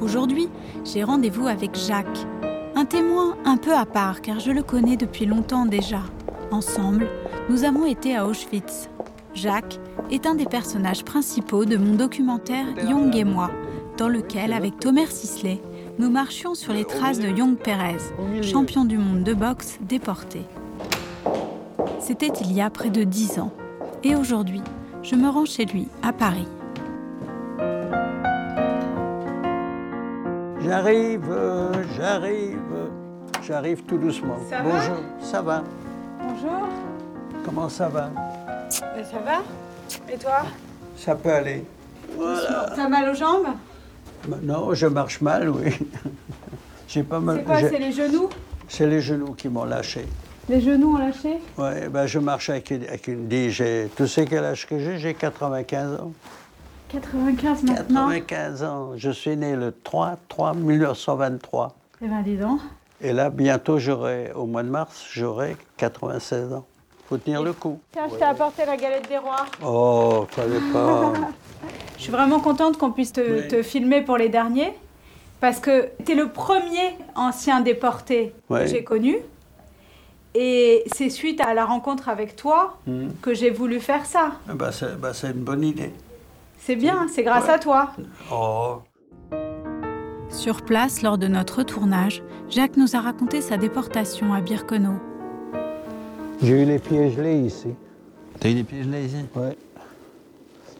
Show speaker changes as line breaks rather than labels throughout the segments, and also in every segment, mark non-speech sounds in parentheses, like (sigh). Aujourd'hui, j'ai rendez-vous avec Jacques, un témoin un peu à part car je le connais depuis longtemps déjà. Ensemble, nous avons été à Auschwitz. Jacques est un des personnages principaux de mon documentaire Young et moi, dans lequel, avec Thomas Sisley, nous marchions sur les traces de Young Perez, champion du monde de boxe déporté. C'était il y a près de dix ans. Et aujourd'hui, je me rends chez lui, à Paris.
J'arrive, euh, j'arrive, j'arrive tout doucement.
Ça va
Bonjour, ça va
Bonjour,
Comment ça va
Ben, ça va Et toi
Ça peut aller.
T'as mal aux jambes
Non, je marche mal, oui. (laughs) J'ai pas mal.
C'est quoi
j'ai-
C'est les genoux
C'est les genoux qui m'ont lâché.
Les genoux ont lâché
Ouais, ben je marche avec une, avec une dille. J'ai- Tu sais quel âge que j'ai J'ai 95 ans.
95 maintenant
95 ans. Je suis né le 3 3 1923.
Eh ben dis donc.
Et là, bientôt, j'aurai, au mois de mars, j'aurai 96 ans. Faut tenir le coup.
Tiens, je t'ai apporté la galette des rois.
Oh, fallait pas. (laughs)
Je suis vraiment contente qu'on puisse te,
Oui.
te filmer pour les derniers. Parce que t'es le premier ancien déporté
Ouais.
que j'ai connu. Et c'est suite à la rencontre avec toi
Hmm.
que j'ai voulu faire ça.
Eh ben, c'est ben, c'est une bonne idée.
C'est bien, c'est grâce à toi.
Oh.
Sur place, lors de notre tournage, Jacques nous a raconté sa déportation à Birkenau.
J'ai eu les pieds gelés ici.
T'as eu des pieds gelés ici
Ouais.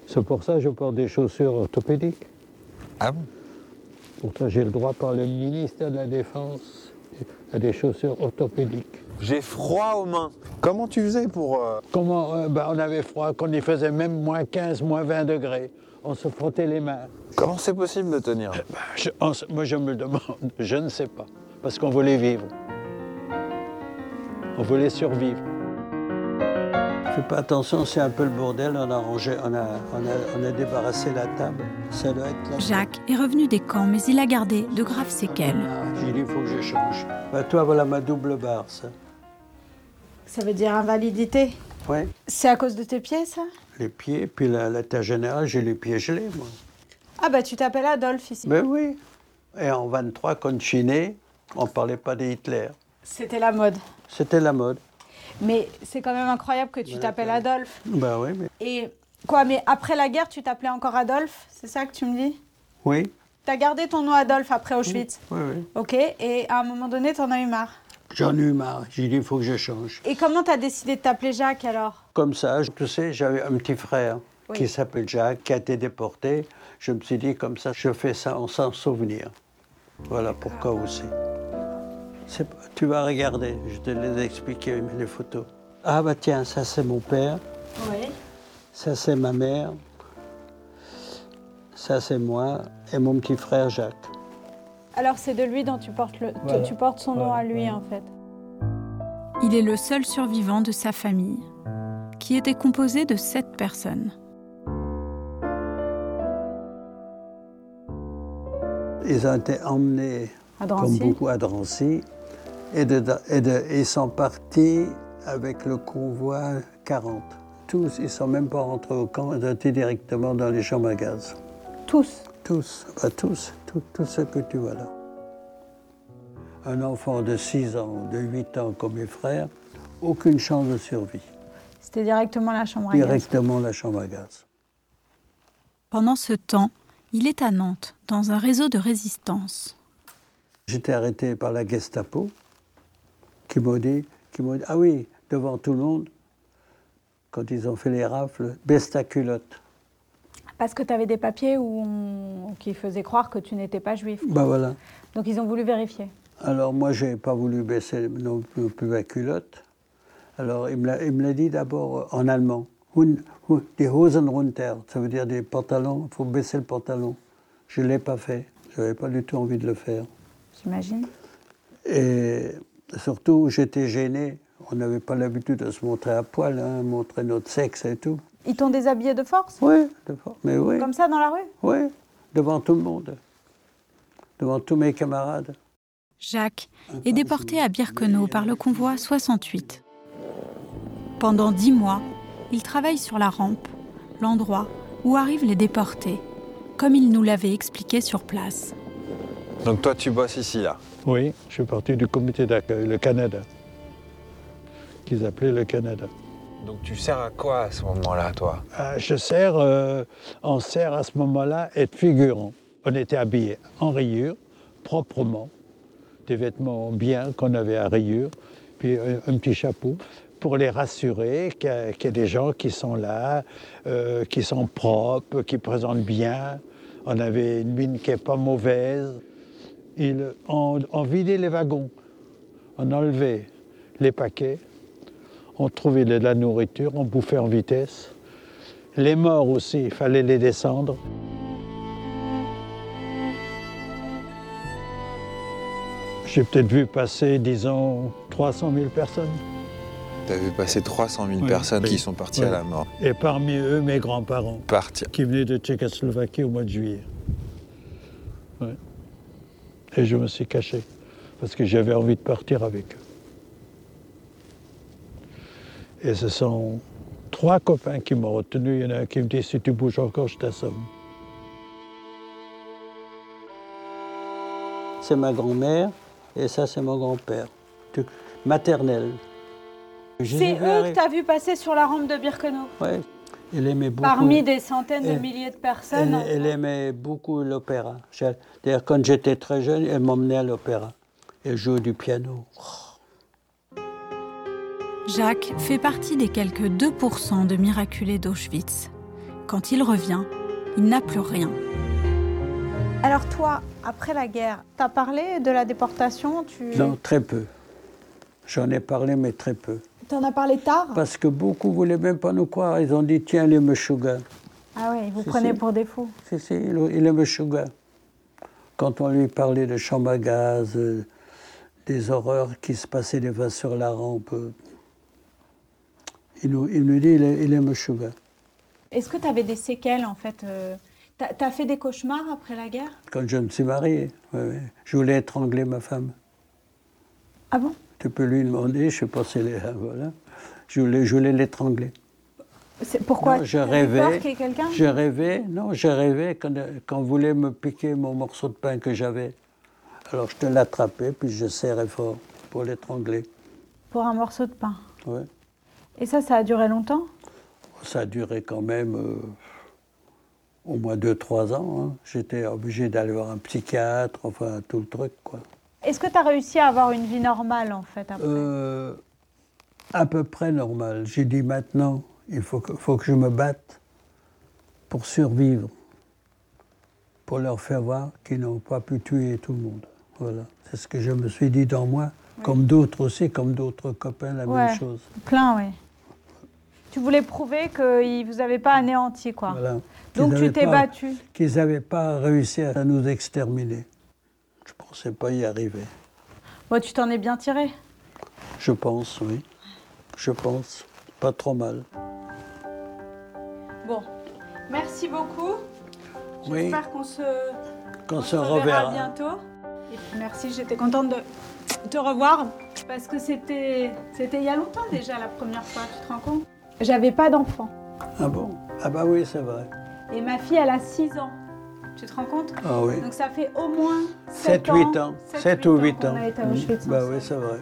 C'est pour ça que je porte des chaussures orthopédiques.
Ah bon
Pour ça, j'ai le droit par le ministère de la Défense à des chaussures orthopédiques.
J'ai froid aux mains. Comment tu faisais pour... euh,
Comment euh, ben, on avait froid quand il faisait même moins 15, moins 20 degrés. On se frottait les mains.
Comment c'est possible de tenir
Ben, je- on se- moi, je me le demande. (laughs) Je ne sais pas. Parce qu'on voulait vivre. On voulait survivre. Fais pas attention, c'est un peu le bordel. On a, rangé, on a, on a, on a débarrassé la table. Ça doit être la
Jacques est revenu des camps, mais il a gardé de graves séquelles.
J'ai dit, Ah, il faut que je change. Bah, toi, voilà ma double barre, ça.
Ça veut dire invalidité.
Ouais.
C'est à cause de tes pieds, ça
Les pieds, puis la, la taille générale, j'ai les pieds gelés, moi.
Ah bah tu t'appelles Adolphe ici.
Ben oui. Et en 23, quand je suis né, on parlait pas des Hitler.
C'était la mode.
C'était la mode.
Mais c'est quand même incroyable que tu t'appelles Adolphe.
Ben oui, mais...
Et quoi, mais après la guerre, tu t'appelais encore Adolphe C'est ça que tu me dis
Oui,
T'as gardé ton nom Adolphe après Auschwitz
oui, oui.
Ok, et à un moment donné, t'en as eu marre.
J'en ai eu marre. J'ai dit, il faut que je change.
Et comment t'as décidé de t'appeler Jacques alors
Comme ça, je- tu sais, j'avais un petit frère
Oui.
qui s'appelle Jacques, qui a été déporté. Je me suis dit, comme ça, je fais ça en sans souvenir. Voilà pourquoi aussi. C'est- Tu vas regarder, je te les ai expliqué, mais les photos. Ah bah tiens, ça c'est mon père,
Oui.
ça c'est ma mère, ça c'est moi et mon petit frère Jacques.
Alors c'est de lui dont tu portes, le, tu-
Voilà.
tu portes son nom
Voilà,
à lui
voilà.
en fait.
Il est le seul survivant de sa famille, qui était composée de sept personnes.
Ils ont été emmenés
À
comme
Drancy.
beaucoup à Drancy. Et, de, et de- ils sont partis avec le convoi 40. Tous, ils sont même pas rentrés au camp, ils ont été directement dans les chambres à gaz.
Tous.
Tous, bah tous, tout, tout ce que tu vois là. Un enfant de 6 ans, de 8 ans comme mes frères, aucune chance de survie.
C'était directement la chambre à gaz.
Directement la chambre à gaz.
Pendant ce temps, il est à Nantes, dans un réseau de résistance.
J'étais arrêté par la Gestapo, qui m'a dit, qui m'ont dit, ah oui, devant tout le monde, quand ils ont fait les rafles, baisse ta culotte.
Parce que t'avais des papiers où on- qui faisaient croire que tu n'étais pas juif.
Ben voilà.
Donc ils ont voulu vérifier.
Alors moi, je n'ai pas voulu baisser non plus plus ma culotte. Alors il me l'a- il me l'a dit d'abord euh, en allemand. Hun- hun- Des Hosen runter, ça veut dire des pantalons, il faut baisser le pantalon. Je ne l'ai pas fait, je n'avais pas du tout envie de le faire.
J'imagine.
Et surtout, j'étais gêné. On n'avait pas l'habitude de se montrer à poil, hein, montrer notre sexe et tout.
Ils t'ont déshabillé de force
Oui, devant- mais oui,
Comme ça dans la rue
oui, devant tout le monde, devant tous mes camarades.
Jacques est déporté à Birkenau par le convoi 68. Pendant dix mois, il travaille sur la rampe, l'endroit où arrivent les déportés, comme il nous l'avait expliqué sur place.
Donc toi, tu bosses ici, là.
Oui, je suis parti du comité d'accueil, le Canada, qu'ils appelaient le Canada.
Donc tu sers à quoi à ce moment-là, toi
Euh, je sers, euh, on sert à ce moment-là être figurant. On était habillé en rayures, proprement, des vêtements bien qu'on avait à rayures, puis un, un petit chapeau pour les rassurer qu'il y, a- qu'il y a des gens qui sont là, euh, qui sont propres, qui présentent bien. On avait une mine qui n'est pas mauvaise. Il- on, on vidait les wagons, on enlevait les paquets, on trouvait de la nourriture, on bouffait en vitesse. Les morts aussi, il fallait les descendre. J'ai peut-être vu passer, disons, 300 000 personnes.
T'as vu passer 300 000
Oui.
personnes
Oui.
qui sont parties
Oui.
à la mort.
Et parmi eux, mes grands-parents,
Partir.
qui venaient de Tchécoslovaquie au mois de juillet. Ouais. Et je me suis caché, parce que j'avais envie de partir avec eux. Et ce sont trois copains qui m'ont retenu. Il y en a un qui me dit, si tu bouges encore, je t'assomme.
c'est ma grand-mère et ça c'est mon grand-père, Tu- maternel. Je les ai
C'est
vus
eux que
arriver.
t'as vu passer sur la rampe de Birkenau.
Ouais. Elle aimait beaucoup.
Parmi des centaines de
Elle-
milliers de
elle,
personnes. hein.
elle aimait beaucoup l'opéra. J'ai- D'ailleurs, quand j'étais très jeune, elle m'emmenait à l'opéra. Elle jouait du piano.
Jacques fait partie des quelques 2% de miraculés d'Auschwitz. Quand il revient, il n'a plus rien.
Alors toi, après la guerre, t'as parlé de la déportation Tu
Non, très peu. J'en ai parlé, mais très peu.
t'en as parlé tard
Parce que beaucoup voulaient même pas nous croire. Ils ont dit, tiens, les Meshuggah.
Ah ouais, ils vous
Si,
prenez
si.
pour des fous.
Si, si, il il est Meshuggah. Quand on lui parlait de chambres à gaz, euh, des horreurs qui se passaient des fois sur la rampe, euh, il nous, il nous dit, il est, il est Meshuggah.
Est-ce que t'avais des séquelles en fait euh, T'as t'as fait des cauchemars après la guerre
Quand je me suis marié, ouais, ouais, je voulais étrangler ma femme.
Ah bon
Tu peux lui demander, je sais pas si elle est là, voilà. Je voulais- je voulais l'étrangler.
C'est- Pourquoi
Non, je
T'avais
rêvais.
peur qu'il y ait quelqu'un
Je rêvais, non, je rêvais qu'on qu'on voulait me piquer mon morceau de pain que j'avais. Alors je te l'attrapais, puis je serrais fort pour l'étrangler.
Pour un morceau de pain.
Ouais. Oh,
Et ça, ça a duré longtemps
Ça a duré quand même euh, au moins 2-3 ans. hein. J'étais obligé d'aller voir un psychiatre, enfin tout le truc, quoi.
Est-ce que t'as réussi à avoir une vie normale en fait après
Euh, à peu près normal. J'ai dit maintenant, il faut que, faut que je me batte pour survivre, pour leur faire voir qu'ils n'ont pas pu tuer tout le monde. Voilà, c'est ce que je me suis dit dans moi, comme d'autres aussi, comme d'autres copains, la
Ouais.
même chose.
Plein, oui. Tu voulais prouver qu'ils vous avaient pas anéanti, quoi.
Voilà.
Ah.
Qu'ils
Donc tu
avaient
t'es
pas-
battu.
Qu'ils n'avaient pas réussi à nous exterminer. Je ne pensais pas y arriver.
Bon, tu t'en es bien tiré.
Je pense, oui. Je pense. Pas trop mal.
Bon, merci beaucoup.
Oui,
J'espère qu'on se,
qu'on
on
se
reverra
reverra.
bientôt. Et puis merci, j'étais contente de te revoir parce que c'était c'était il y a longtemps déjà la première fois, tu te rends compte J'avais pas d'enfant
Ah bon Ah bah oui, c'est vrai.
et ma fille elle a 6 ans. Tu te rends compte
Ah oui.
Donc ça fait au moins 7,
7, 8 ans. 7 ou 8
qu'on
ans.
a été à Auschwitz
Mmh. Bah
ensemble.
oui, c'est vrai.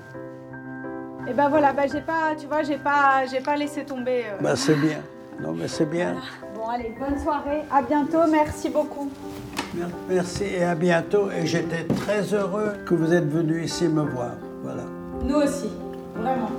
Et ben voilà, bah j'ai pas, tu vois, j'ai pas, j'ai pas laissé tomber. euh.
Bah c'est bien. Non, mais c'est bien.
Bon allez, bonne soirée, à bientôt, merci beaucoup.
Mer- Merci et à bientôt. Et j'étais très heureux que vous êtes venu ici me voir. Voilà.
Nous aussi, vraiment.